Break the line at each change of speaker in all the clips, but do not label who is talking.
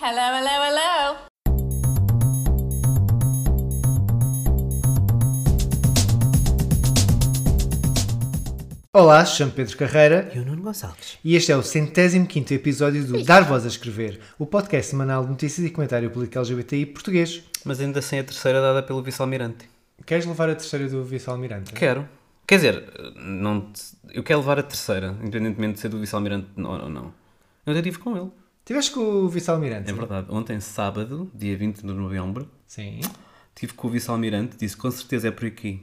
Hello, hello, hello!
Olá, chamo Pedro Carreira
E o Nuno Gonçalves.
e este é o centésimo quinto episódio do Dar Voz a Escrever, o podcast semanal de notícias e comentário político LGBTI português.
Mas ainda sem a terceira dada pelo vice-almirante.
Queres levar a terceira do vice-almirante?
Quero. Quer dizer, não te- eu quero levar a terceira, independentemente de ser do vice-almirante ou não. Eu até estive com ele.
Tiveste com o vice-almirante?
É verdade. Ontem, sábado, dia 20 de novembro,
Sim.
estive com o vice-almirante, disse com certeza é por aqui.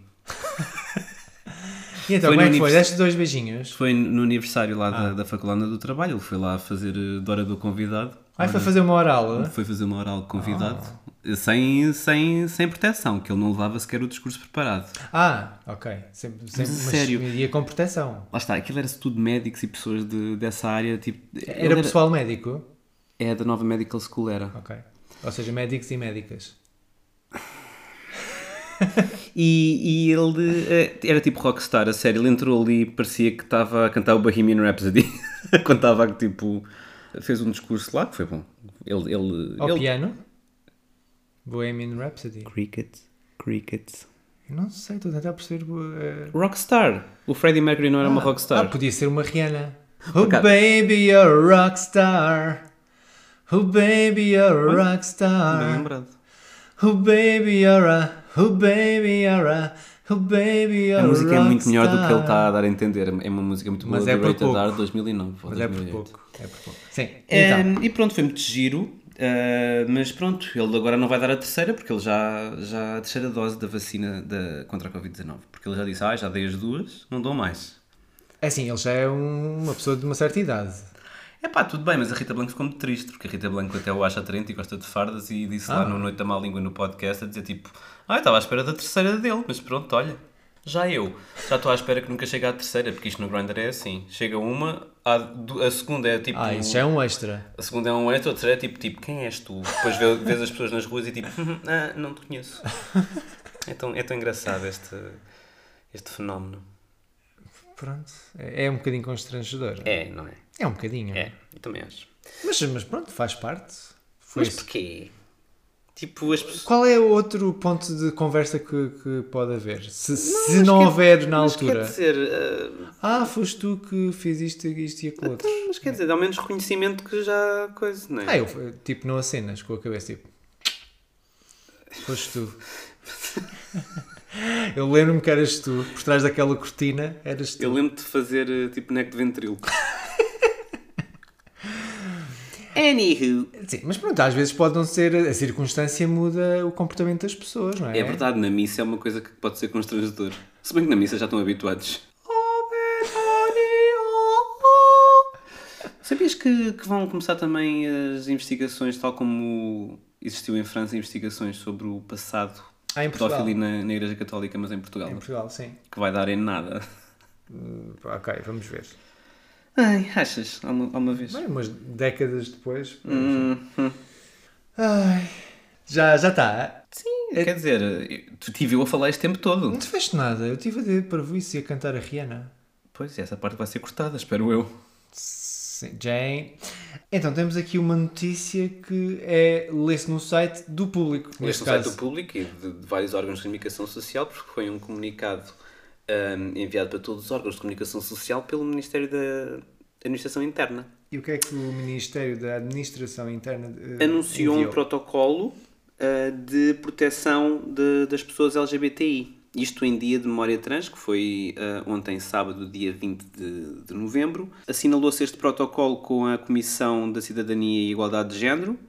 E então,
Foi
como é
no
que foi?
univers-
Deste dois beijinhos?
Foi no aniversário lá da, da Faculdade do Trabalho, ele foi lá fazer eh, de orador convidado.
Ai, foi fazer uma oral?
Foi fazer uma oral convidado, sem, sem, sem proteção, que ele não levava sequer o discurso preparado.
Ah, ok. Sempre, sempre, mas
sério?
E com proteção.
Lá está, aquilo era-se tudo médicos e pessoas de- dessa área, tipo... ele
Era pessoal médico?
É da nova Medical School, era.
Ok. Ou seja, médicos e médicas.
E, e ele eh, era tipo rockstar, a sério. Ele entrou ali e parecia que estava a cantar o Bohemian Rhapsody. Quando estava, tipo... Fez um discurso lá que foi bom. Ele... ele,
Ao
ele...
piano? Bohemian Rhapsody.
Cricket, cricket.
Eu não sei, estou a tentar perceber... eh,
Rockstar. O Freddie Mercury não era uma rockstar.
Ah, podia ser uma Rihanna. Oh
acaso-
baby, you're a rockstar. Oh baby, you're a
Bem
rockstar.
lembrado.
Oh baby, you're a. Oh baby, you're a. Oh baby, you're
A
a
música é muito melhor do que ele
rockstar.
está a dar a entender. É uma música muito boa
Mas
do
é por
Rate a
pouco.
Dar 2009 ou
Mas é por
2008.
pouco. É por pouco. Sim,
Eh,
então.
E pronto, foi muito giro. eh, mas pronto, ele agora não vai dar a terceira porque ele já, já a terceira dose da vacina da, contra a Covid-19. Porque ele já disse, ah, já dei as duas, não dou mais.
É assim, ele já é um- uma pessoa de uma certa idade.
É pá, tudo bem, mas a Rita Blanco ficou muito triste porque a Rita Blanco até o acha atraente e gosta de fardas e disse
Ah.
lá no Noite da Má Língua no podcast a dizer tipo, ah, eu estava à espera da terceira dele, mas pronto, olha, já eu. Já estou à espera que nunca chegue à terceira porque isto no Grindr é assim, chega uma, a, du- a segunda é tipo...
Ah, isso já é um extra.
A segunda é um extra, a terceira é tipo, tipo, quem és tu? Depois vê- vês as pessoas nas ruas e tipo, ah, não te conheço. É tão, é tão engraçado este, este fenómeno.
Pronto. É é um bocadinho constrangedor.
É, não é?
É um bocadinho.
É, eu também acho.
Mas, mas pronto, faz parte. Foi assim.
Mas porquê? Tipo, as pessoas...
Qual é o outro ponto de conversa que, que pode haver? Se não, se
é-
não houver na
mas
altura.
Quer dizer, ah, então,
Ah, foste tu que fiz isto, isto e aquilo outro.
mas quer dizer, dá menos reconhecimento que já coisa, não é?
Ah, eu tipo não acenas com a cabeça, tipo. Foste tu. eu lembro-me que eras tu, por trás daquela cortina, eras tu.
Eu lembro de fazer eh, tipo neck de ventrilo. Anywho.
Sim, mas pronto, às vezes pode não ser. A circunstância muda o comportamento das pessoas, não é?
É verdade, na missa é uma coisa que pode ser constrangedor. Se bem que na missa já estão habituados. Sabias que, que vão começar também as investigações, tal como existiu em França, investigações sobre o passado
Ah, em Portugal.
pedófilo na, na Igreja Católica, mas em Portugal,
Em Portugal, sim.
que vai dar em nada.
Ok, vamos ver.
Ai, achas? Há uma, há uma vez.
Bem, umas décadas depois.
Hum, hum.
Ai, já tá, está.
Sim,
É
quer dizer, eu- tu te viu a falar este tempo todo.
Não te fez nada. Eu tive a dizer para isso e a cantar a Rihanna.
Pois, essa parte vai ser cortada, espero eu.
Sim, Jane. Então temos aqui uma notícia que é lê-se no site do público.
Neste
Neste
no site
caso.
do público e de, de vários órgãos de comunicação social, porque foi um comunicado hum, enviado para todos os órgãos de comunicação social pelo Ministério da Administração Interna.
E o que é que o Ministério da Administração Interna eh,
Anunciou um
enviou?
protocolo ah, de proteção de- das pessoas LGBTI. Isto em dia de memória trans, que foi ah, ontem, sábado, dia 20 de, de novembro. Assinalou-se este protocolo com a Comissão da Cidadania e Igualdade de Género,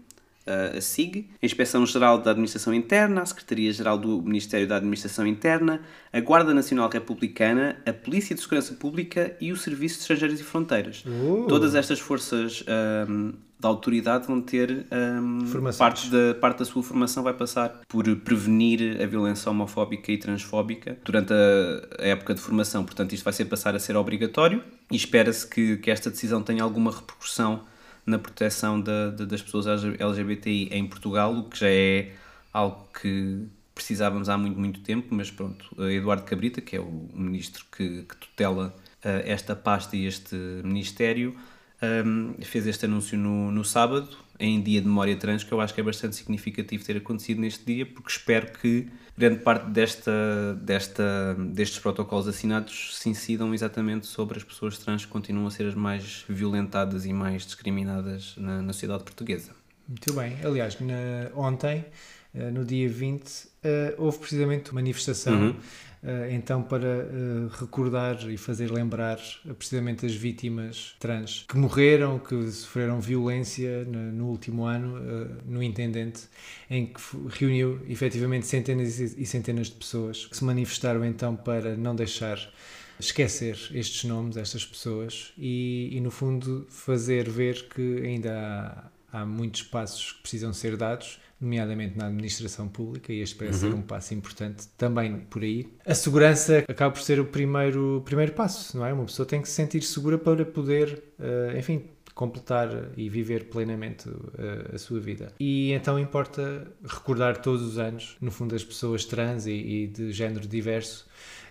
ah, a SIG, a Inspeção-Geral da Administração Interna, a Secretaria-Geral do Ministério da Administração Interna, a Guarda Nacional Republicana, a Polícia de Segurança Pública e o Serviço de Estrangeiros e Fronteiras.
Uh!
Todas estas forças ahm, da autoridade vão ter hum,
Formações.
parte da, parte da sua formação vai passar por prevenir a violência homofóbica e transfóbica durante a, a época de formação. Portanto, isto vai ser passar a ser obrigatório e espera-se que, que esta decisão tenha alguma repercussão na proteção da- da- das pessoas LGBTI em Portugal, o que já é algo que precisávamos há muito, muito tempo, mas pronto, eh, Eduardo Cabrita, que é o ministro que, que tutela eh, esta pasta e este ministério, um, fez este anúncio no, no sábado, em dia de memória trans, que eu acho que é bastante significativo ter acontecido neste dia, porque espero que grande parte desta, desta, destes protocolos assinados se incidam exatamente sobre as pessoas trans que continuam a ser as mais violentadas e mais discriminadas na, na sociedade portuguesa.
Muito bem. Aliás, na- ontem, eh, no dia 20, eh, houve precisamente uma manifestação, eh, então, para eh, recordar e fazer lembrar eh, precisamente as vítimas trans que morreram, que sofreram violência na- no, último ano, eh, no Intendente, em que f- reuniu efetivamente centenas e e centenas de pessoas que se manifestaram então para não deixar esquecer estes nomes, estas pessoas e, e, no fundo fazer ver que ainda há, há muitos passos que precisam ser dados, nomeadamente na administração pública, e este parece ser um passo importante também por aí. A segurança acaba por ser o primeiro, o primeiro passo, não é? Uma pessoa tem que se sentir segura para poder, eh, enfim, completar e viver plenamente uh, a sua vida. E então importa recordar todos os anos, no fundo, as pessoas trans e, e de género diverso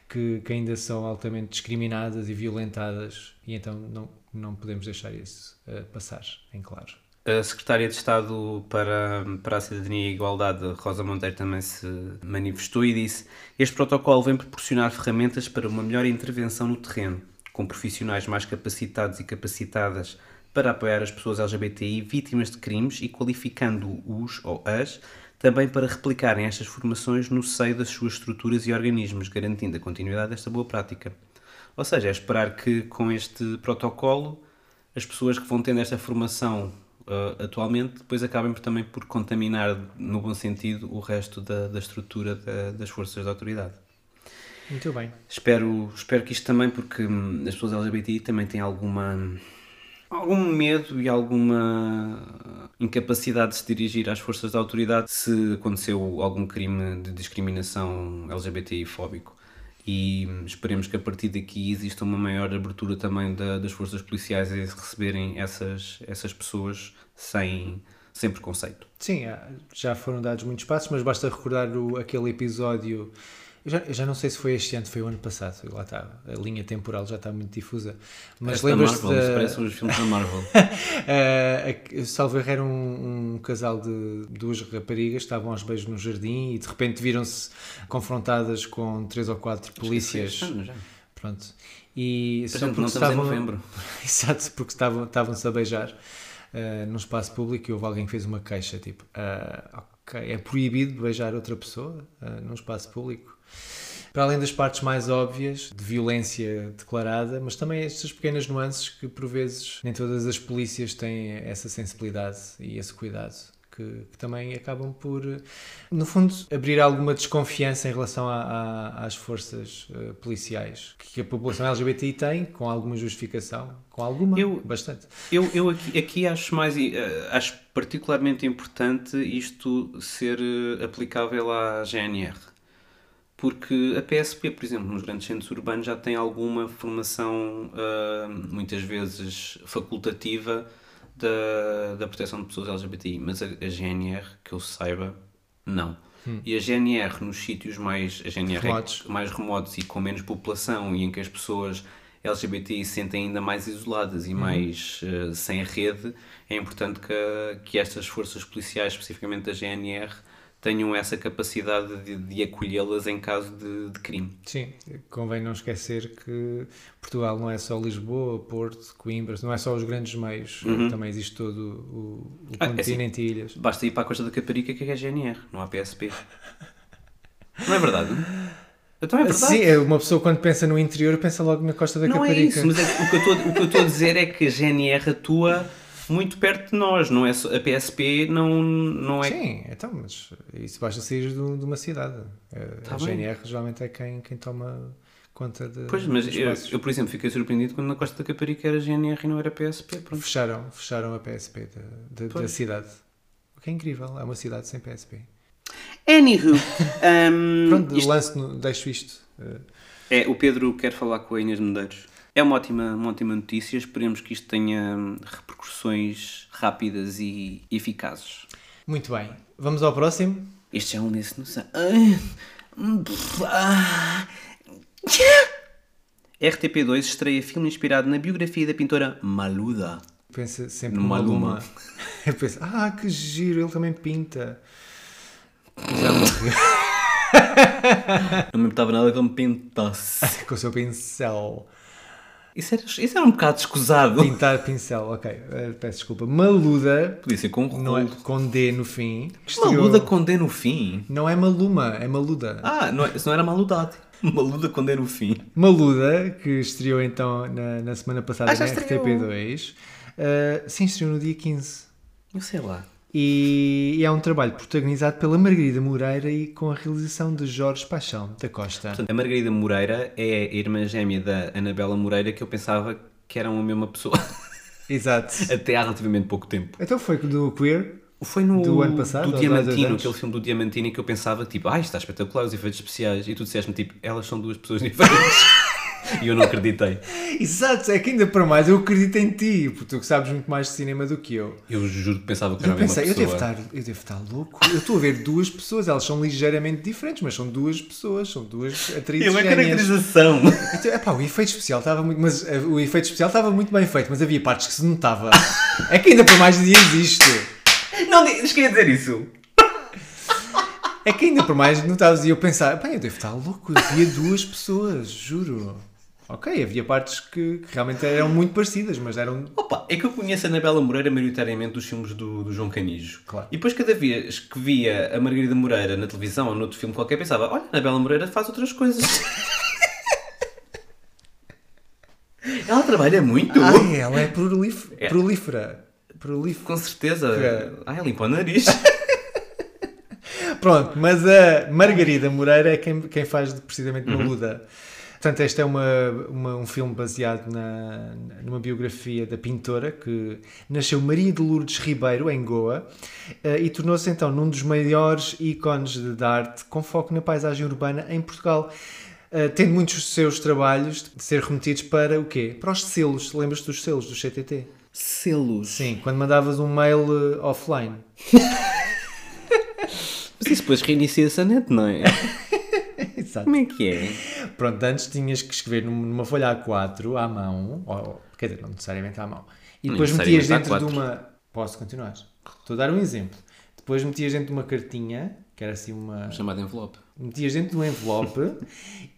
que, que ainda são altamente discriminadas e violentadas, e então não, não podemos deixar isso uh, passar, em claro.
A Secretária de Estado para, para a Cidadania e a Igualdade, Rosa Monteiro, também se manifestou e disse: Este protocolo vem proporcionar ferramentas para uma melhor intervenção no terreno, com profissionais mais capacitados e capacitadas para apoiar as pessoas LGBTI vítimas de crimes e qualificando os ou as também para replicarem estas formações no seio das suas estruturas e organismos, garantindo a continuidade desta boa prática. Ou seja, é esperar que com este protocolo as pessoas que vão tendo esta formação ah, atualmente depois acabem por, também por contaminar, no bom sentido, o resto da, da estrutura da- das forças de autoridade.
Muito bem.
Espero, espero que isto também, porque hum, as pessoas LGBTI também têm alguma. algum medo e alguma incapacidade de se dirigir às forças da autoridade se aconteceu algum crime de discriminação LGBTI fóbico. E hum, esperemos que a partir daqui exista uma maior abertura também da- das forças policiais a receberem essas, essas pessoas sem, sem preconceito.
Sim, há- já foram dados muitos passos, mas basta recordar o, aquele episódio. Eu já, eu já não sei se foi este ano, foi o ano passado, lá está. A linha temporal já está muito difusa. Mas
Parece da
lembras-te
Marvel, isso
da-
parece um os filmes da Marvel.
Uh, salvo erro, era um, um casal de duas raparigas, estavam aos beijos no jardim e de repente viram-se confrontadas com três ou quatro polícias.
este ano já.
Pronto. E só
Portanto,
porque
é, não estamos em
estavam.
novembro.
Exato, porque estavam- estavam-se a beijar uh, num espaço público e houve alguém que fez uma queixa, tipo, "Ah, ok, é proibido beijar outra pessoa ah, num espaço público. Para além das partes mais óbvias de violência declarada, mas também estas pequenas nuances que, por vezes, nem todas as polícias têm essa sensibilidade e esse cuidado. Que, que também acabam por, eh, no fundo, abrir alguma desconfiança em relação a- a- às forças eh, policiais que a população LGBTI tem, com alguma justificação, com alguma,
Eu-
bastante.
Eu, eu aqui, aqui acho mais eh, acho particularmente importante isto ser eh, aplicável à GNR. Porque a PSP, por exemplo, nos grandes centros urbanos já tem alguma formação, eh, muitas vezes facultativa, da, da proteção de pessoas LGBTI, mas a, a GNR, que eu saiba, não. E a GNR nos sítios mais, a GNR é
Remotos.
mais remotos e com menos população e em que as pessoas LGBTI se sentem ainda mais isoladas
Uhum.
e mais eh, sem rede, é importante que, que estas forças policiais, especificamente da GNR, tenham essa capacidade de, de acolhê-las em caso de, de crime.
Sim, convém não esquecer que Portugal não é só Lisboa, Porto, Coimbra, não é só os grandes meios, também existe todo o, o
Uhum. Ah, é
continente e ilhas.
Basta ir para a Costa da Caparica que é GNR, não há PSP. não é verdade? Então é verdade.
Sim, é, uma pessoa quando pensa no interior pensa logo na Costa da
Não é
Caparica.
isso, mas é que o que eu estou- o que eu estou a dizer é que a GNR atua muito perto de nós, não é só- a PSP não, não é.
Sim, então, mas isso basta sair de, um- de uma cidade. Eh,
Tá
a
bem.
GNR geralmente é quem, quem toma conta de.
Pois, mas
dos
eu,
passos.
eu, por exemplo, fiquei surpreendido quando na Costa da Caparica era GNR e não era PSP. Pronto.
Fecharam, fecharam a PSP da, da- da cidade. O que é incrível, é uma cidade sem PSP.
Anywho, hum,
Pronto,
isto-
lance, no, deixo isto. eh,
é, o Pedro quer falar com a Inês Medeiros. É uma ótima, uma ótima notícia, esperemos que isto tenha hum, repercussões rápidas e eficazes.
Muito bem, vamos ao próximo.
Este já é um desse, não sei. Ai, hum, pff, ah. RTP2 estreia filme inspirado na biografia da pintora Maluda.
Pensa sempre
No
numa
Maluma.
luma. Eu penso, ah, que giro, ele também pinta. Já morreu
Não me importava nada que ele me pintasse.
com o seu pincel.
Isso era, isso era um bocado escusado.
Pintar pincel, ok, eh, peço desculpa. Maluda,
Podia ser com um
não é,
rolo.
com D no fim. que estreou-
Maluda com D no fim?
Não é Maluma, é Maluda.
Ah, não é, isso não era maludade. Maluda com D no fim.
Maluda, que estreou então na, na semana passada
Ah, já
na
estreou.
RTP2. eh, sim, estreou no dia 15.
Eu sei lá.
E, e é um trabalho protagonizado pela Margarida Moreira e com a realização de Jorge Paixão da Costa.
Portanto, a Margarida Moreira é a irmã gêmea da Anabela Moreira que eu pensava que eram a mesma pessoa.
Exato.
Até há relativamente pouco tempo.
Então foi do Queer,
Foi no
Do ano passado, ou
do
dois, dois
Diamantino,
anos?
aquele filme do Diamantino que eu pensava tipo, ah, isto está espetacular, os efeitos especiais. E tu disseste-me tipo, elas são duas pessoas diferentes. e eu não acreditei.
Exato, é que ainda para mais eu acredito em ti, porque tu que sabes muito mais de cinema do que eu.
Eu juro que pensava que era
Eu
a mesma
pensei, eu
pessoa.
devo, estar, eu devo estar louco. Eu estou a ver duas pessoas, elas são ligeiramente diferentes, mas são duas pessoas, são duas atrizes.
E uma
gêmeas.
é caracterização.
Então, epá, o efeito especial estava muito. Mas eh, o efeito especial estava muito bem feito, mas havia partes que se notava. É que ainda para mais dizias isto.
não, esqueci de dizer isso.
É que ainda por mais notavas e eu pensava, bem, eu devo estar louco, havia duas pessoas, juro. Ok, havia partes que, que realmente eram muito parecidas, mas eram.
Opa, é que eu conheço a Anabela Moreira maioritariamente dos filmes do, do João Canijo.
Claro.
E depois cada vez que via a Margarida Moreira na televisão ou noutro filme qualquer, pensava, olha, a Anabela Moreira faz outras coisas. Ela trabalha muito.
Ai, ela é prolif- prolífera. Prolífera.
Com certeza.
Que-
Ai, limpa o nariz.
Pronto, mas a Margarida Moreira é quem, quem faz de- precisamente Maluda. Portanto, este é uma, uma- um filme baseado na, numa biografia da pintora que nasceu Maria de Lourdes Ribeiro, em Goa, eh, e tornou-se então num dos maiores ícones de, da arte com foco na paisagem urbana em Portugal. eh, tendo muitos dos seus trabalhos de ser remetidos para o quê? Para os selos. Lembras-te dos selos do CTT?
Selos.
Sim, quando mandavas um mail eh, offline.
Mas isso depois reinicia-se a net, não é?
Exato.
Como é que é?
Pronto, antes tinhas que escrever num- numa folha A4 à mão, ou, quer dizer, não necessariamente à mão, e
Não
depois metias
necessariamente
dentro de
A4.
uma. Posso continuar? Estou a dar um exemplo. Depois metias dentro de uma cartinha, que era assim uma.
Chamado envelope.
Metias dentro de um envelope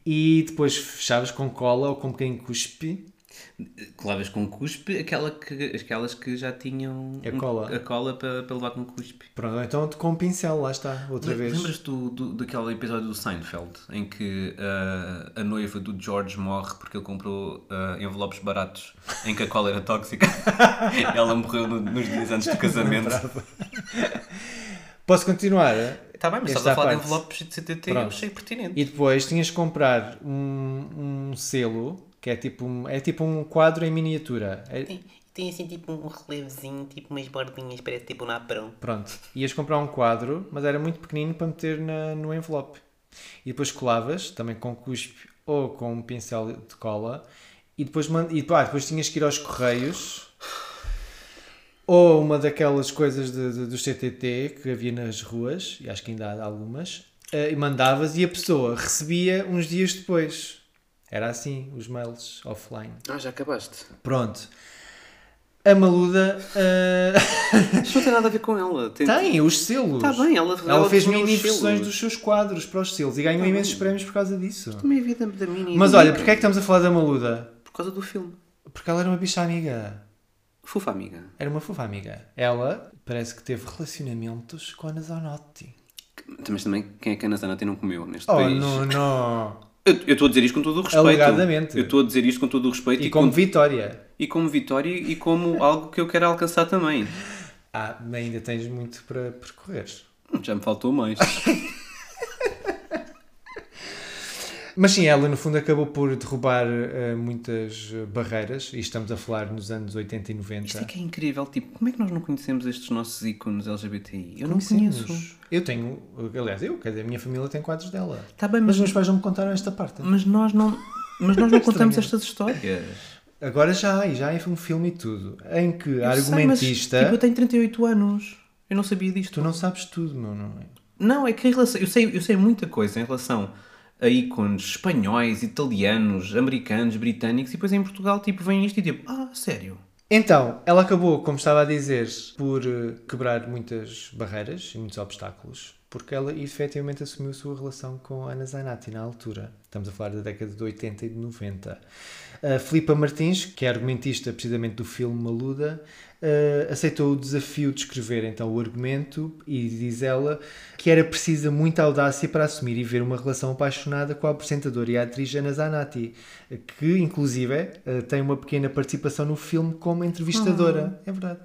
e depois fechavas com cola ou com um bocadinho de cuspe.
Colavas com cuspe, aquela que, aquelas que já tinham
A cola.
a cola para, para levar com cuspe.
Pronto, ou então com um pincel, lá está, outra
Lem-
vez.
Lembras-te do, do- daquele episódio do Seinfeld em que ah, a noiva do George morre porque ele comprou ah, envelopes baratos em que a cola era tóxica? Ela morreu no- nos dias antes do casamento.
Posso continuar?
Está bem, mas
Esta
estás a falar
parte.
de envelopes de CTT, eu
Pronto.
achei pertinente.
E depois tinhas que comprar um, um selo, que é tipo, um, é tipo um quadro em miniatura. É-
Tem, tem assim tipo um relevozinho, tipo umas bordinhas, parece tipo um apron.
Pronto, ias comprar um quadro, mas era muito pequenino para meter na- no envelope. E depois colavas, também com cuspe ou com um pincel de cola, e depois, man- e, pá, depois tinhas que ir aos correios, ou uma daquelas coisas de, de- dos CTT que havia nas ruas, e acho que ainda há algumas, eh, e mandavas, e a pessoa recebia uns dias depois. Era assim, os mails offline.
Ah, já acabaste.
Pronto. A maluda. eh,
Isto não tem nada a ver com ela. Tem.
Tem, os selos.
Tá bem, ela-
ela,
ela
fez
desenhou
mini
os selos.
versões dos seus quadros para os selos e ganhou imensos prémios por causa disso.
Também a vida da mini.
Mas olha, porque é que estamos a falar da Maluda?
Por causa do filme.
Porque ela era uma bicha amiga.
Fofa amiga.
Era uma fofa amiga. Ela parece que teve relacionamentos com a Nazonotti.
Mas também, quem é que a Nazanati não comeu neste
Oh,
país?
não, não.
Eu eu estou a dizer isto com todo o respeito.
Alegadamente.
Eu estou a dizer isto com todo o respeito
E
e,
como
com,
Vitória.
e como vitória e como algo que eu quero alcançar também.
Ah, ainda tens muito para percorrer.
Já me faltou mais.
Mas sim, ela no fundo acabou por derrubar eh, muitas eh, barreiras, e estamos a falar nos anos 80 e 90.
Isto é que é incrível, tipo, como é que nós não conhecemos estes nossos ícones LGBTI? Eu não conheço.
Conhecemos. Eu tenho, aliás, eu, quer dizer, a minha família tem quadros dela.
Tá bem,
Mas
mas,
os meus pais não me contaram esta parte.
mas nós não, mas nós não contamos estas histórias.
Agora já há, e já é um filme e tudo, em que a
Eu sei, mas,
argumentista.
tipo, eu tenho 38 anos. Eu não sabia disto.
Tu não sabes tudo, meu, não é?
Não, é que em relação, eu, sei, eu sei muita coisa em relação a ícones espanhóis, italianos, americanos, britânicos e depois em Portugal, tipo, vem isto e tipo, ah, sério?
Então, ela acabou, como estava a dizer, por eh, quebrar muitas barreiras e muitos obstáculos, porque ela efetivamente assumiu a sua relação com Ana Zainati na altura. Estamos a falar da década de 80 e de 90. A Filipa Martins, que é argumentista precisamente do filme Maluda, eh, aceitou o desafio de escrever então o argumento e diz ela que era precisa muita audácia para assumir e ver uma relação apaixonada com a apresentadora e a atriz Ana Zanatti, que inclusive eh, tem uma pequena participação no filme como entrevistadora, é verdade.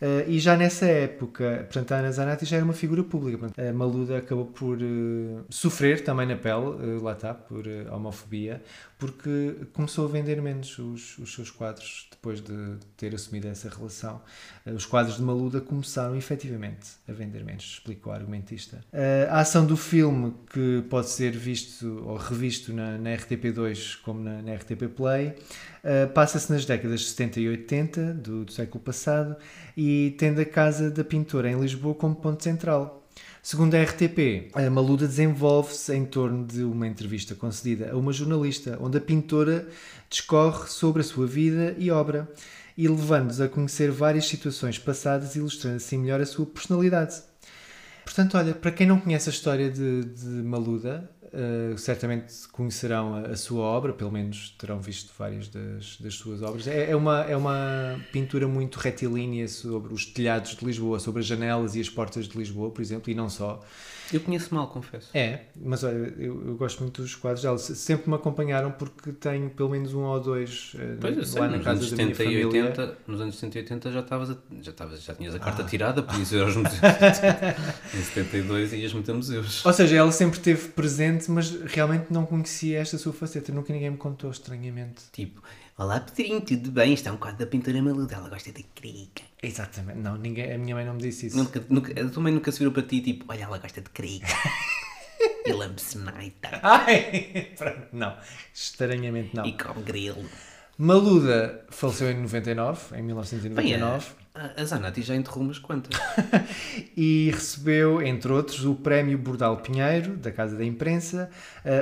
Eh, e já nessa época, portanto, a Ana Zanatti já era uma figura pública. Portanto, a Maluda acabou por eh, sofrer também na pele, eh, lá está, por eh, homofobia, porque começou a vender menos os, os seus quadros depois de ter assumido essa relação. Eh, Os quadros de Maluda começaram efetivamente a vender menos, explicou o argumentista. Eh, A ação do filme, que pode ser visto ou revisto na, na RTP2 como na, na RTP Play, eh, passa-se nas décadas de 70 e 80 do, do século passado e tendo a Casa da Pintora em Lisboa como ponto central. Segundo a RTP, a Maluda desenvolve-se em torno de uma entrevista concedida a uma jornalista, onde a pintora discorre sobre a sua vida e obra, e levando-nos a conhecer várias situações passadas, ilustrando assim melhor a sua personalidade. Portanto, olha, para quem não conhece a história de, de Maluda, eh, certamente conhecerão a, a sua obra, pelo menos terão visto várias das, das suas obras. É, é uma, é uma pintura muito retilínea sobre os telhados de Lisboa, sobre as janelas e as portas de Lisboa, por exemplo, e não só.
Eu conheço mal, confesso.
É, mas olha, eu, eu gosto muito dos quadros dela. Se- Sempre me acompanharam porque tenho pelo menos um ou dois eh,
Pois eu sei,
lá na
nos
casa
anos,
da minha
70 e
família.
80, nos anos 70 e 80 já, estavas a- já, estavas, já tinhas a carta tirada, podias ir aos museus. em 72 ias meter museus.
Ou seja, ela sempre esteve presente, mas realmente não conhecia esta sua faceta. Nunca ninguém me contou, estranhamente.
Tipo, olá Pedrinho, tudo bem? Está um quadro da pintura maluda, ela gosta de crica.
Exatamente. Não, ninguém, a minha mãe não me disse isso.
Nunca, nunca, a tua mãe nunca se virou para ti tipo, olha, ela gosta de crica. e lambe-se naita.
Ai, pronto, não. Estranhamente não.
E come grilo.
Maluda faleceu em 99, em 1999.
A, a Zanati já interrompe umas quantas. é.
e recebeu, entre outros, o Prémio Bordal Pinheiro, da Casa da Imprensa,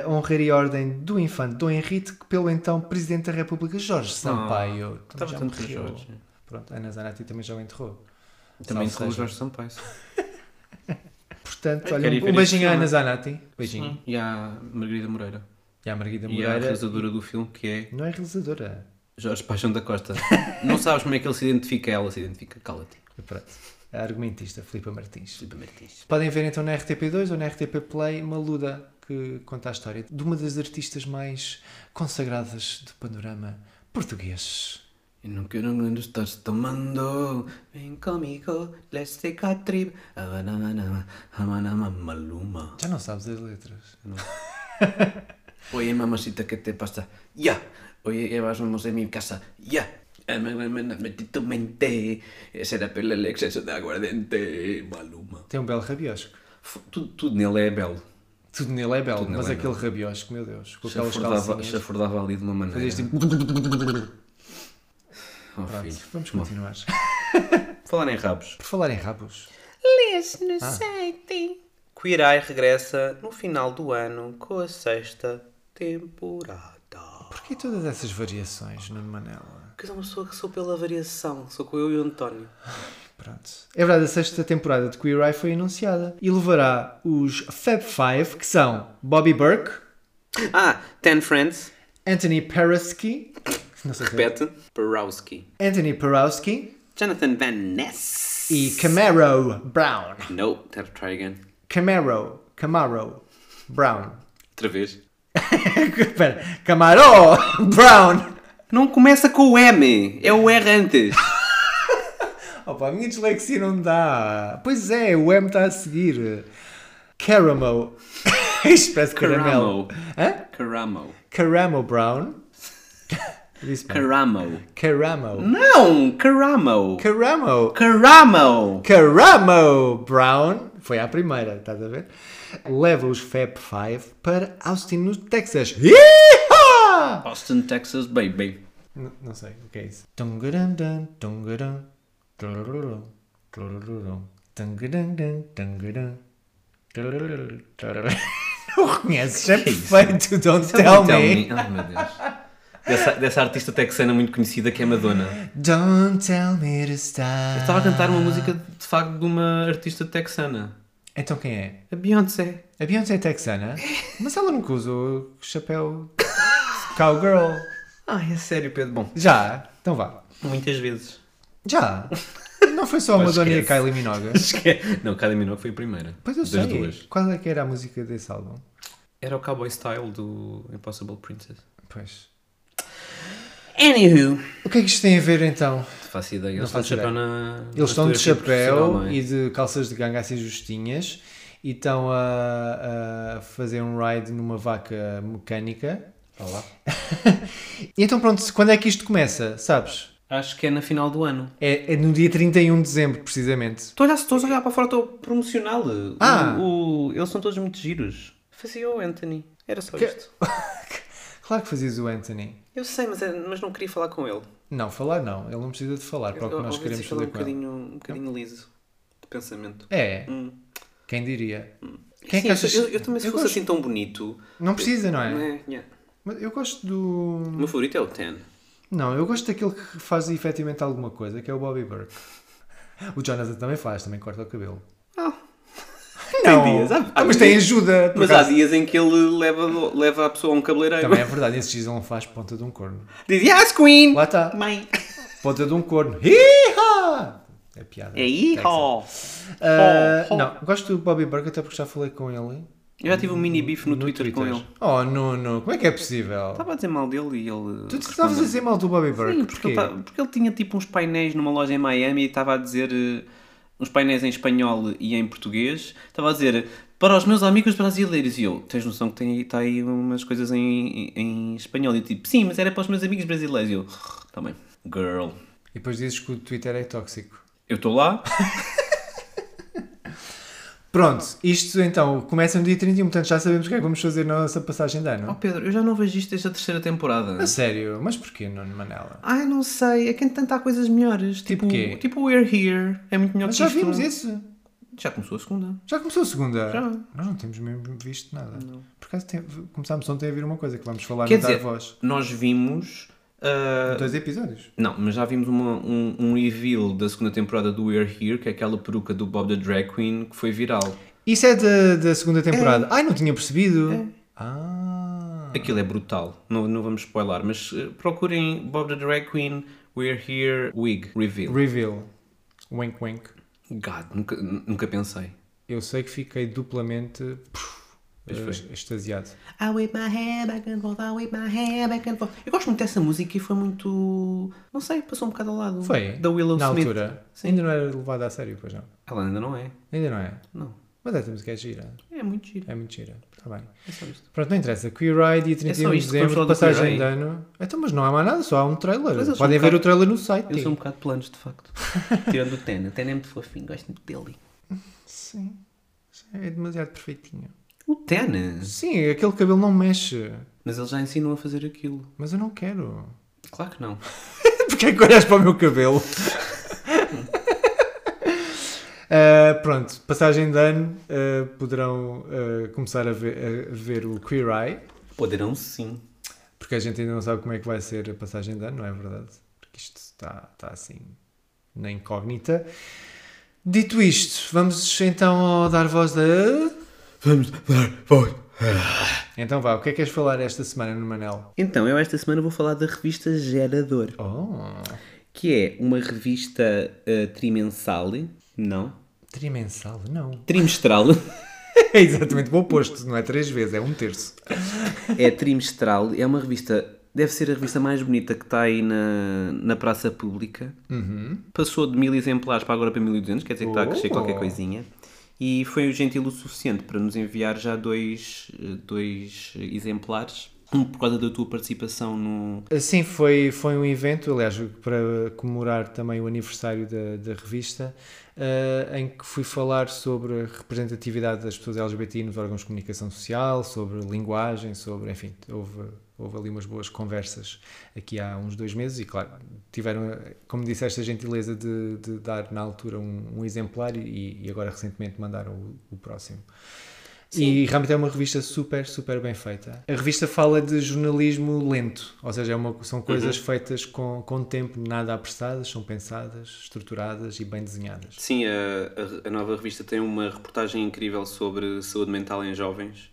a honrar e ordem do infante Dom Henrique, que pelo então Presidente da República, Jorge Sampaio. Também
estava
já
Ah, tanto
morreu.
Jorge. é.
Pronto, Ana Zanatti também já o enterrou.
Também
Salve
interrompe
seja.
Jorge Sampaio.
Portanto,
Eu
olha,
quero ir ver
um
esse
beijinho à
filme.
Ana Zanatti. Beijinho.
E a Margarida Moreira.
E à Margarida
E a
Moreira.
realizadora do filme que é
Não é realizadora.
Jorge Paixão da Costa. Não sabes como é que ele se identifica, ela se identifica. Cala-te.
Pronto. A argumentista, Filipa Martins.
Filipe Martins.
Podem ver então na RTP2 ou na RTP Play Maluda, que conta a história de uma das artistas mais consagradas do panorama português.
E não quero onde estás tomando. Vem comigo, let's take a trip. Ah, Abananana, amanama, maluma.
Já não sabes as letras.
Oye, mamacita, que te pasa? Ya. Oye, vamos en mi casa. Ya. Ah, Metí tu mente. Será pelo el exceso de aguardiente. Maluma.
Tem um belo rabiosco.
F- Tudo, tudo nele é belo.
Tudo nele é belo,
Tudo nele
mas
é
aquele rabiosco, meu Deus, com aquelas
Chafurdava,
calcinhas.
chafurdava ali de uma maneira.
Fazias tipo-
Oh,
Pronto,
filho.
vamos continuar.
Falar em rabos.
Por falar em rabos,
Lês no site. Queer Eye Ah. regressa no final do ano com a sexta temporada.
porquê todas essas variações na Manela?
Porque sou uma pessoa que sou pela variação. Sou com eu e o António.
Pronto. É verdade, a sexta temporada de Queer Eye foi anunciada e levará os Fab Five, que são Bobby Burke,
Ah, Ten Friends.
Anthony Perowski, não sei se é-
Repete. Perowski.
Anthony Perowski
Jonathan Van Ness.
e Camaro Brown.
No, have to try again.
Camaro, Camaro Brown.
Outra vez.
Espera, Camaro Brown.
Não começa com o M. É o R antes.
Opa, a minha dislexia não dá. Pois é, o M está a seguir. Caramo. Expresso Caramelo.
Caramo.
Hã?
Caramo.
Caramo Brown. Disse bem.
Caramo.
Caramo.
Não! Caramo.
Caramo.
Caramo.
Caramo Brown. Foi à primeira, estás a ver? Leva os Fab Five para Austin, no Texas. Yeehaw!
Austin, Texas, baby.
N- Não sei o que é isso. Tungarandan, tungaran, tararurum, tararurum, tungarandan, tungaran, tararurum, tararurum. Não reconheces? É perfeito, don't tell
Então
me.
Ai, meu Deus. Dessa, dessa artista texana muito conhecida que é Madonna.
Don't tell me to stop.
Eu estava a cantar uma música de facto de uma artista texana.
Então quem é?
A Beyoncé.
A Beyoncé é texana? Mas ela nunca usou o chapéu cowgirl.
Ai, é sério, Pedro. Bom,
Já? Então vá.
muitas vezes.
Já? Não foi só a Madonna e a
esquece.
Kylie Minogue?
é. Não, Cada Minogue foi a primeira.
Pois eu
das
sei.
duas.
Qual é que era a música desse álbum?
Era o Cowboy Style do Impossible Princess.
Pois.
Anywho.
O que é que isto tem a ver então?
Não faço ideia. Eles
Não
estão
faço
de chapéu na. na
Eles estão de
fotografia profissional,
chapéu
não é?
e de calças de ganga assim justinhas e estão a, a fazer um ride numa vaca mecânica.
Olá.
E então pronto, quando é que isto começa? Sabes?
Acho que é na final do ano.
É, é no dia 31 de dezembro, precisamente.
Estou a olhar, estou a olhar para fora, estou promocional.
Ah.
O, o- eles são todos muito giros.
Fazia o Anthony. Era só
Que-
isto.
Claro que fazias o Anthony.
Eu sei, mas, era- mas não queria falar com ele.
Não, falar não. Ele não precisa de falar para o que
Eu-
nós
ouvi dizer
queremos
que ele é
fazer com
um
ele.
bocadinho, um bocadinho liso de pensamento.
É,
Hum.
quem diria? Quem é
Sim,
que achas?
eu, eu também, se fosse
gosto-
assim tão bonito.
Não precisa, não é?
É, yeah.
Mas Eu gosto do.
O meu favorito é o Ten.
Não, eu gosto daquele que faz efetivamente alguma coisa, que é o Bobby Burke. O Jonathan também faz, também corta o cabelo. Não,
Tem dias, há-
Ah,
há
mas
dias-
tem ajuda. por
Mas há
acaso.
dias em que ele leva, leva a pessoa a um cabeleireiro.
Também é verdade, esse Gisele não faz ponta de um corno.
Diz, yes, Queen!
Lá está,
Mãe!
ponta de um corno. Hi-ha! É piada.
É aí, ó!
Ah,
Ho, ho.
Não, gosto do Bobby Burke, até porque já falei com ele.
Eu já tive um mini bife no, Twitter, com ele.
Oh, Nuno, como é que é possível?
Estava a dizer mal dele e ele.
Tu estavas a dizer mal do Bobby Burke.
Sim, porque
porquê?
ele, tá- porque ele tinha tipo uns painéis numa loja em Miami e estava a dizer eh, uns painéis em espanhol e em português. Estava a dizer para os meus amigos brasileiros. E eu, tens noção que tem tá aí umas coisas em, em- em espanhol? E eu, tipo, sim, mas era para os meus amigos brasileiros. E eu, também, girl,
E depois dizes que o Twitter é tóxico.
eu estou lá.
Pronto, isto então começa no dia 31, portanto já sabemos o que é que vamos fazer na nossa passagem de ano.
Oh Pedro, eu já não vejo isto desde a terceira temporada.
A sério, mas porquê, Nuno Manela?
Ai, não sei, é que entretanto há coisas melhores. Tipo,
quê?
tipo We're Here, é muito melhor
Mas
que
já
isto.
vimos isso?
Já começou a segunda.
Já começou a segunda?
Já.
Nós não temos mesmo visto nada. Por acaso tem- começámos ontem a ver uma coisa que vamos falar
Quer
no
dizer,
Dar Voz.
nós vimos. ah,
Dois episódios.
Não, mas já vimos uma- um, um reveal da segunda temporada do We're Here, que é aquela peruca do Bob the Drag Queen que foi viral.
Isso é da, da segunda temporada. É. Ai, não tinha percebido.
É.
Ah.
Aquilo é brutal, não, não vamos spoiler, mas eh, procurem Bob the Drag Queen We're Here Wig Reveal.
Reveal. Wink, wink.
God, nunca, n- nunca pensei.
Eu sei que fiquei duplamente puf, eh, extasiado.
I whip my hair back and forth, I whip my hair back and forth.
Eu gosto muito dessa música e foi muito. Não sei, passou um bocado ao lado.
Foi?
Da Willow
Na
Smith.
altura. Ainda não era levado a sério, pois não.
Ela ainda não é.
Ainda não é.
Não.
Mas esta música é gira.
É muito giro.
É muito gira. Está bem.
É só isto.
Pronto, não interessa. Queer Eye, dia 31 de
É isto que vamos
dezembro,
falar do
passagem
Queer
de
Eye.
ano. Então, mas não há mais nada, só há um trailer.
Mas eu sou
Podem
um
ver
bocado-
o trailer no site.
Eu sou um bocado planos, de facto. Tirando o Ten. O Ten é muito fofinho, gosto muito dele.
Sim. É demasiado perfeitinho.
O Ten?
Sim, aquele cabelo não mexe.
Mas eles já ensinam a fazer aquilo.
Mas eu não quero.
Claro que não.
Porquê é que olhas para o meu cabelo? Ah, pronto, passagem de ano, ah, poderão ah, começar a ver, a ver o Queer Eye,
Poderão sim.
porque a gente ainda não sabe como é que vai ser a passagem de ano, não é verdade? Porque isto está, está assim na incógnita. Dito isto, vamos então ao dar voz da.
Vamos dar voz.
Então vá, o que é que queres falar esta semana no Manel?
Então, eu esta semana vou falar da revista Gerador,
Oh,
que é uma revista eh, trimensal, não,
trimensal? Não.
trimestral,
É exatamente o oposto, não é três vezes, é um terço.
é trimestral, é uma revista, deve ser a revista mais bonita que está aí na, na praça
Uhum.
pública. Passou de mil exemplares para agora para 1200, quer dizer que está a crescer
Oh.
qualquer coisinha.
e foi gentil o suficiente para nos enviar já dois, eh, dois exemplares. Um por causa da tua participação no.
Ah, Sim, foi, foi um evento, aliás, para comemorar também o aniversário da, da revista, eh, em que fui falar sobre a representatividade das pessoas LGBTI nos órgãos de comunicação social, sobre linguagem, sobre, enfim, houve, houve ali umas boas conversas aqui há uns dois meses e, claro, tiveram, eh, como disse, esta gentileza de, de dar na altura um, um exemplar e, e agora recentemente mandaram o, o próximo. E realmente é uma revista super, super bem feita. A revista fala de jornalismo lento, ou seja, é uma- são coisas feitas com, com tempo, nada apressadas, são pensadas, estruturadas e bem desenhadas.
Sim, a, a- a nova revista tem uma reportagem incrível sobre saúde mental em jovens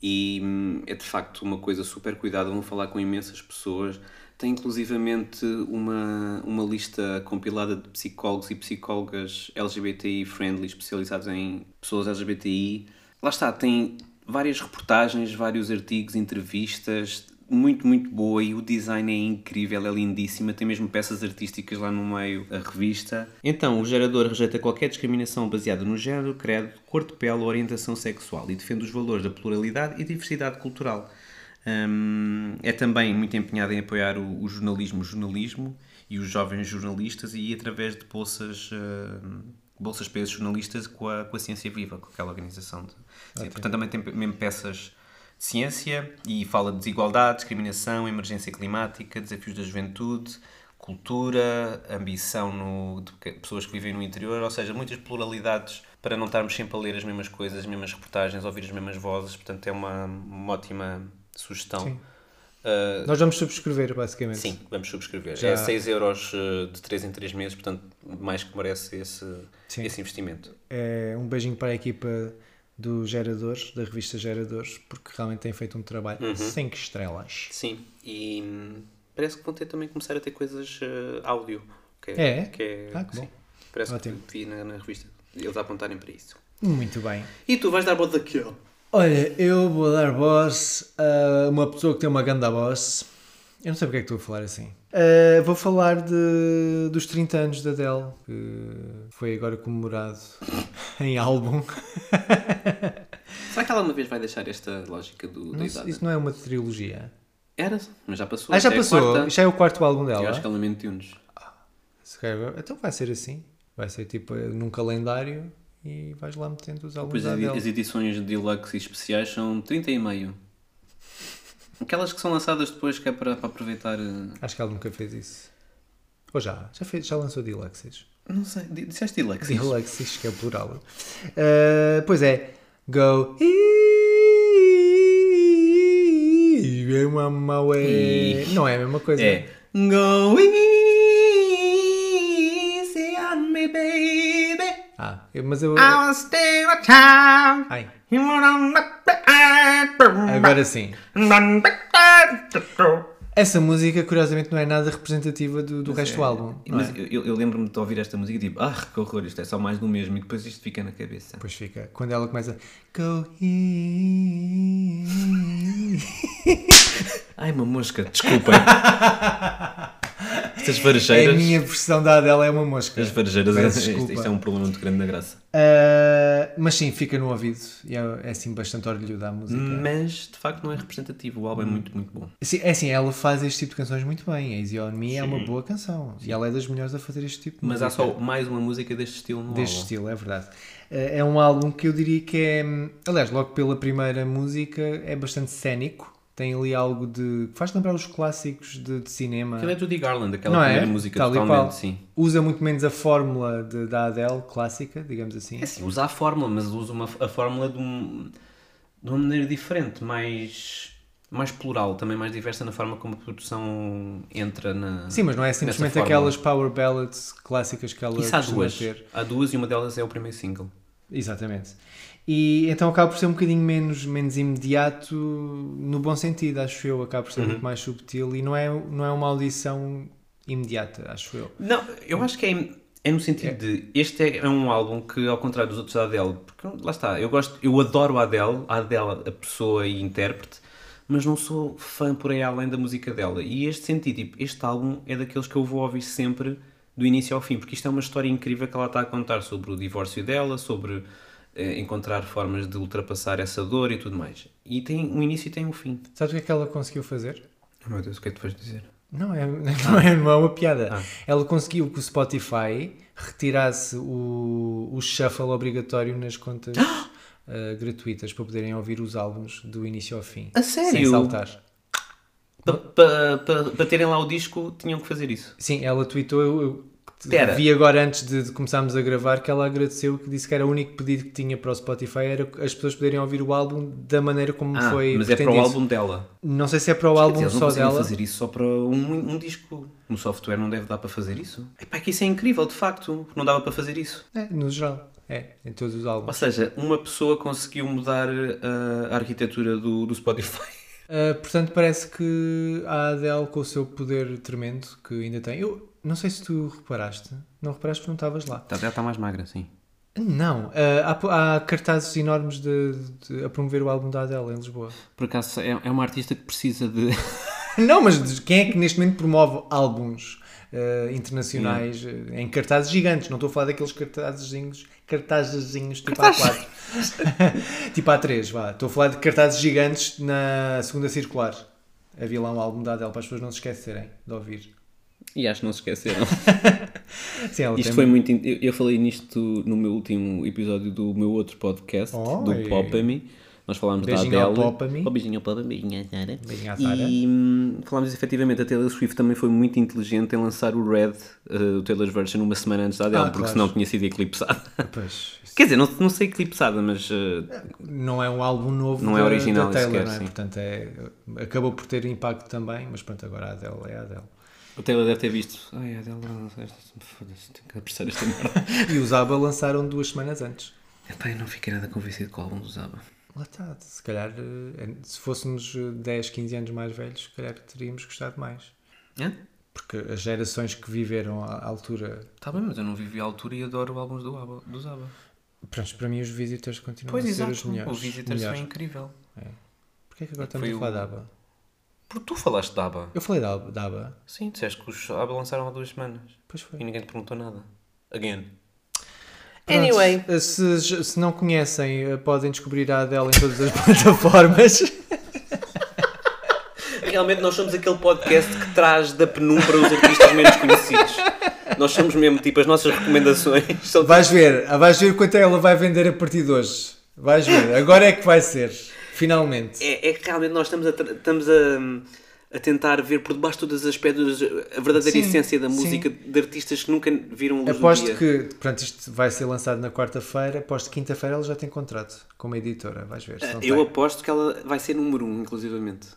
e hum, é de facto uma coisa super cuidada. Vão falar com imensas pessoas. Tem inclusivamente uma, uma lista compilada de psicólogos e psicólogas LGBTI friendly especializados em pessoas LGBTI. Lá está, tem várias reportagens, vários artigos, entrevistas, muito, muito boa e o design é incrível, é lindíssima, tem mesmo peças artísticas lá no meio, a revista. Então, o gerador rejeita qualquer discriminação baseada no género, credo, cor de pele ou orientação sexual e defende os valores da pluralidade e diversidade cultural. Hum, é também muito empenhado em apoiar o, o jornalismo, o jornalismo e os jovens jornalistas e através de bolsas, hum, bolsas para esses jornalistas com a, com a Ciência Viva, com aquela organização. De, Sim, portanto, também tem mesmo peças de ciência e fala de desigualdade, discriminação, emergência climática, desafios da juventude, cultura, ambição no, de que- pessoas que vivem no interior, ou seja, muitas pluralidades para não estarmos sempre a ler as mesmas coisas, as mesmas reportagens, ouvir as mesmas vozes, portanto é uma, uma ótima sugestão.
Sim.
Ah,
Nós vamos subscrever, basicamente.
sim, vamos subscrever.
Já-
É 6 euros eh, de 3 em 3 meses, portanto mais que merece esse,
Sim.
esse investimento.
É, um beijinho para a equipa do Geradores, da revista Geradores, porque realmente têm feito um trabalho sem que estrelas.
Sim, e hum, parece que vão ter também começar a ter coisas eh, áudio. Que
É?
Que é
Ah, que
sim.
bom.
Parece
Ótimo.
que vi na, na revista eles a apontarem para isso.
Muito bem.
E tu vais dar bota daquele?
Olha, eu vou dar voz a uma pessoa que tem uma ganda voz. Eu não sei porque é que estou a falar assim. Eh, vou falar de, dos 30 anos da Adele, que foi agora comemorado em álbum.
Será que ela uma vez vai deixar esta lógica do, da
Não sei,
idade?
isso não é uma trilogia.
Era, mas já passou.
Ah, já
é a
passou.
quarta.
Já é o quarto álbum
Eu
dela.
acho que ela mentiu-nos.
Se calhar- Então vai ser assim. Vai ser tipo eh, num calendário e vais lá metendo os álbuns
Depois
da
as, as
Adele.
edições deluxe e especiais são 30 e meio. Aquelas que são lançadas depois que é para, para aproveitar. eh,
Acho que ela nunca fez isso. Ou já? Já, fez, já lançou Deluxes.
Não sei, di- disseste deluxe?
Deluxes, que é plural. Eh, pois é. Go. Easy, mama, way. Não é a mesma coisa.
É. Go easy on me, baby.
Ah, eu- mas eu.
I'll stay with time.
Ai,
Agora...
agora sim. Essa música, curiosamente, não é nada representativa do, do resto do álbum. não é?
Mas eu, eu lembro-me de ouvir esta música e tipo, ah, que horror, isto é só mais do mesmo. E depois isto fica na cabeça.
Depois fica. Quando ela começa. Go easy.
Ai, uma mosca, desculpem. Estas
A
varejeiras.
minha versão da Adele é uma mosca.
As varejeiras,
Peço
isto,
desculpa.
isto é um problema muito grande da graça.
Ah, mas sim, fica no ouvido. E é, é assim bastante orgulho da música.
Mas de facto não é representativo. O álbum
Hum.
é muito, muito bom.
Sim, é assim, ela faz este tipo de canções muito bem. A Easy On Me é uma boa canção. E ela é das melhores a fazer este tipo de
Mas há
música.
só mais uma música deste estilo no
Deste
álbum.
estilo, é verdade. Eh, É um álbum que eu diria que é. hum, Aliás, logo pela primeira música, é bastante cénico. Tem ali algo de. faz lembrar os clássicos de, de cinema.
Aquilo é Judy Garland, aquela
Não é?
primeira música
Tal e qual.
totalmente, sim.
Usa muito menos a fórmula de- da Adele clássica, digamos assim.
É assim, usa a fórmula, mas usa uma, a fórmula de, um- de uma maneira diferente, mais, mais plural, também mais diversa na forma como a produção entra na.
Sim, mas não é
nessa
simplesmente
fórmula.
aquelas power ballads clássicas que ela
Isso há
costuma
duas.
ter.
Há duas e uma delas é o primeiro single.
Exatamente. E então acaba por ser um bocadinho menos, menos imediato, no bom sentido, acho eu. Acaba por ser
Uhum.
muito mais subtil e não é, não é uma audição imediata, acho eu.
Não, eu acho que é, é no sentido de. Este é, é um álbum que, ao contrário dos outros da Adele, porque lá está, eu gosto, eu adoro a Adele, a Adele, a pessoa e intérprete, mas não sou fã por aí além da música dela. E este sentido, tipo, este álbum é daqueles que eu vou ouvir sempre do início ao fim, porque isto é uma história incrível que ela está a contar sobre o divórcio dela, sobre
eh, encontrar formas de ultrapassar essa dor e tudo mais. E tem um início e tem um fim.
Sabes o que é que ela conseguiu fazer?
Oh, meu Deus, o que é que tu vais dizer?
Não é, não é, não é uma piada.
Ah.
Ela conseguiu que o Spotify retirasse o, o shuffle obrigatório nas contas eh, gratuitas para poderem ouvir os álbuns do início ao fim.
A sério?
Sem saltar.
Para pa, pa- para terem lá o disco, tinham que fazer isso.
Sim, ela tweetou, eu, eu te-
Pera.
vi agora antes de, de começarmos a gravar que ela agradeceu, que disse que era o único pedido que tinha para o Spotify era as pessoas poderem ouvir o álbum da maneira como
Ah,
foi
mas é para o
pretendido.
álbum dela.
Não sei se é para o álbum
Eles não
só
conseguem
dela.
fazer isso só para um, um disco. No software não deve dar para fazer isso. Epá, que isso é incrível, de facto. Não dava para fazer isso.
É, no geral, é, em todos os álbuns.
Ou seja, uma pessoa conseguiu mudar uh, a arquitetura do, do Spotify.
Uh, portanto, parece que a Adele, com o seu poder tremendo que ainda tem. Eu não sei se tu reparaste. Não reparaste porque não estavas lá.
Ela está mais magra, sim.
Não. uh, há po- há, cartazes enormes de, de- a promover o álbum da Adele em Lisboa.
Por acaso, é, é uma artista que precisa de...
Não, mas de- quem é que neste momento promove álbuns uh, internacionais uh, em cartazes gigantes? Não estou a falar daqueles cartazezinhos, cartazezinhos tipo A4. tipo A3, vá. Estou a falar de cartazes gigantes na segunda circular. Havia lá um álbum da Adele para as pessoas não se esquecerem de ouvir.
E acho que não se esqueceram.
Sim, ela
Isto
tem-
foi muito. in- Eu, eu falei nisto no meu último episódio do meu outro podcast,
Oi.
do Popami. Nós falámos
Beijinho
da
ao
Adele.
Popami.
Oh, beijinho ao Popami, beijinho à Sara.
Beijinho à Sara.
E hum, falámos efetivamente, a Taylor Swift também foi muito inteligente em lançar o Red, eh, o Taylor's Version, uma semana antes da Adele,
Ah,
porque
claro.
senão tinha sido eclipsada.
Pois, isso
Quer dizer, não, não sei eclipsada, mas. eh,
não é um álbum novo
Não é
da-
original
da Taylor,
sequer,
não é?
sim.
Portanto, é, acabou por ter impacto também, mas pronto, agora a Adele é a Adele.
a Taylor deve ter visto. Ai, a Adele, não sei, foda-se, tenho que apressar esta merda.
E os ABBA lançaram duas semanas antes.
Epá, eu não fiquei nada convencido com o álbum do Zaba.
Lá está, se calhar, eh, se fôssemos eh, 10, 15 anos mais velhos, se calhar teríamos gostado mais.
É?
Hã?
Porque as gerações que viveram à altura...
Tá bem, mas eu não vivi à altura e adoro álbuns do, Abba, do Zaba.
Pronto, para mim os Visitors continuam
Pois
a ser
exato,
os melhores.
o Visitors foi
melhores.
incrível.
Porquê é que agora estamos
Foi
a falar
o-
da ABBA?
Porque tu falaste de ABBA.
Eu falei da ABBA, da ABBA.
Sim, disseste que os ABBA lançaram há duas semanas
Pois foi.
e ninguém te perguntou nada. Again.
Pronto, eh,
Anyway.
Se, se não conhecem, eh, podem descobrir a Adele em todas as plataformas.
Realmente nós somos aquele podcast que traz da penumbra os artistas menos conhecidos. Nós somos mesmo, tipo, as nossas recomendações são tipo,
Vais ver, ah, vais ver quanto é que ela vai vender a partir de hoje. Vais ver, agora é que vai ser. Finalmente.
É, é que realmente nós estamos a, tra- estamos a, a tentar ver por debaixo de todas as pedras a verdadeira
Sim,
essência da
sim.
música de artistas que nunca viram a luz do
Aposto
dia.
que, pronto, isto vai ser lançado na quarta-feira. Aposto que quinta-feira ela já tem contrato com uma editora. Vais ver. se não
Ah, Eu
tem.
aposto que ela vai ser número um, inclusivamente.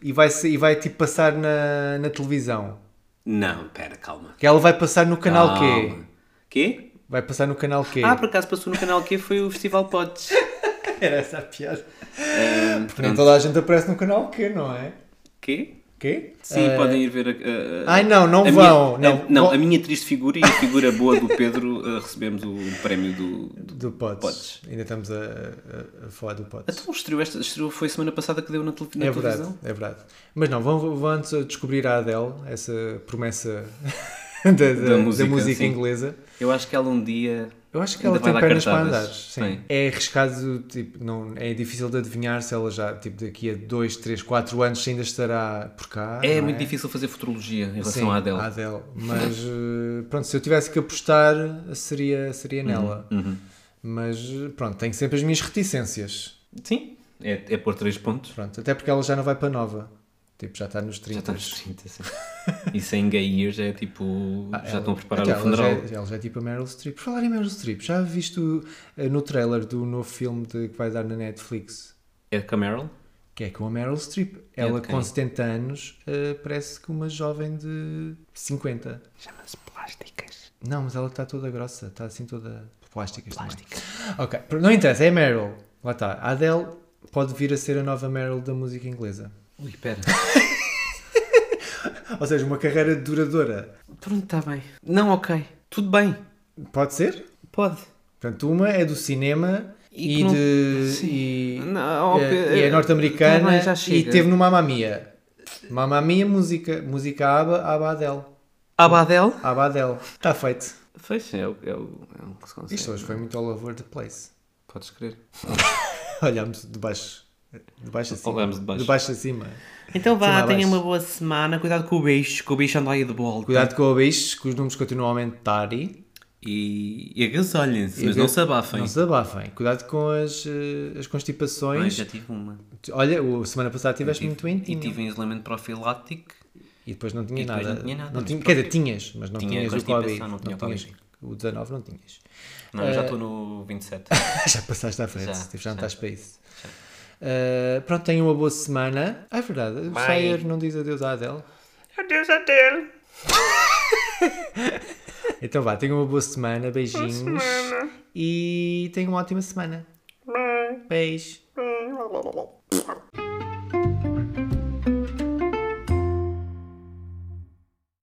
E, vai, ser- e vai tipo passar na, na televisão.
Não, pera, calma.
Que ela vai passar no canal Q.
Calma. Quê?
Vai passar no canal Q.
Ah, por acaso passou no canal que foi o Festival Potes.
era essa a piada. Porque nem
Pronto.
toda a gente aparece no canal Q, não é?
Quê?
Quê?
Sim, podem ir ver a. a- a-
Ai não, não
a
vão.
minha-
não,
a, não
vão-
a minha triste figura e a figura boa do Pedro eh, recebemos o
É
prémio do. do...
Do Pots.
Pots.
Ainda estamos a, a- a falar do Pots.
Então estreou esta. Estreou, foi semana passada que deu na, tele- na
É verdade,
televisão.
é verdade. Mas não, vão, vão antes a descobrir a Adele, essa promessa da, da- da música,
música, sim.
inglesa.
Eu acho que ela um dia.
Eu acho que
Ainda
ela
vai
tem
dar
pernas para andar.
cartadas.
Sim.
Tem.
É arriscado, tipo, não, é difícil de adivinhar se ela já, tipo, daqui a 2, 3, 4 anos ainda estará por cá.
é
não
muito difícil fazer futurologia em relação
Sim,
à Adele.
à Adele. Mas eh, pronto, se eu tivesse que apostar, seria, seria
Uhum,
nela. Mas eh, pronto, tenho sempre as minhas reticências.
Sim, é, é por 3 pontos.
Pronto, até porque ela já não vai para nova. Tipo, já está nos 30.
Já está nos 30, sim. e sem gay years é tipo.
Ah,
já estão a preparar
Até
o funeral.
Então, Ela é já, ela já é tipo a Meryl Streep. Por Falar em Meryl Streep, já viste o- eh, no trailer do novo filme de- que vai dar na Netflix?
É com a Meryl?
Que é com a Meryl Streep.
É de
Ela
quem?
com 70 anos eh, parece que uma jovem de 50.
Chama-se plásticas.
Não, mas ela está toda grossa, está assim toda plástica. Plástica. Ok, pr- não interessa, é a Meryl. Lá está. A Adele pode vir a ser a nova Meryl da música inglesa.
Ui, pera.
Ou seja, uma carreira duradoura.
Pronto, está bem. Não, ok. Tudo bem.
Pode ser?
Pode.
Portanto, uma é do cinema
E
e,
que não-
de.
Sim.
E,
Não, ok,
é- e é
eh, tá
norte-americana
bem, já
e
chega.
teve no Mamma Mia. Mamma Mia, música, música Aba, Aba Adele.
Abadel?
Aba Adele. Está feito.
Pois, é o, é o, é o que se consegue.
Isto hoje foi muito all over the place.
Podes crer.
Olhámos de baixo. De baixo acima.
Olhámos de baixo.
acima.
Então
Cima
vá,
a
tenha
baixo.
uma boa semana. Cuidado com o bicho, que o bicho anda aí de volta.
Cuidado com o bicho, que os números continuam a aumentar e.
E, e agasalhem-se, mas
e-
não se abafem.
Não se abafem. Cuidado com as, eh, as
Ai,
constipações.
já tive uma.
Olha, o semana passada tiveste muito
Tive- e
entinho.
tive um isolamento profilático.
E depois não tinha
E
nada.
depois não tinha nada,
Não
mas
tinha-
pronto.
quer dizer, tinhas, mas não
Tinha
tinhas o
constipação,
Covid.
não
Não
tinha
tinhas-
Covid.
O 19 não tinhas.
Não,
Eh,
eu já estou no 27.
já passaste à frente,
Já,
já, já não
já.
estás para isso. Uh, pronto, tenham uma boa semana. Ah, é verdade. O Sayer não diz adeus à Adele.
Adeus, adeus.
Então vá, tenham uma boa semana. Beijinhos. E tenham uma ótima semana. Beijo.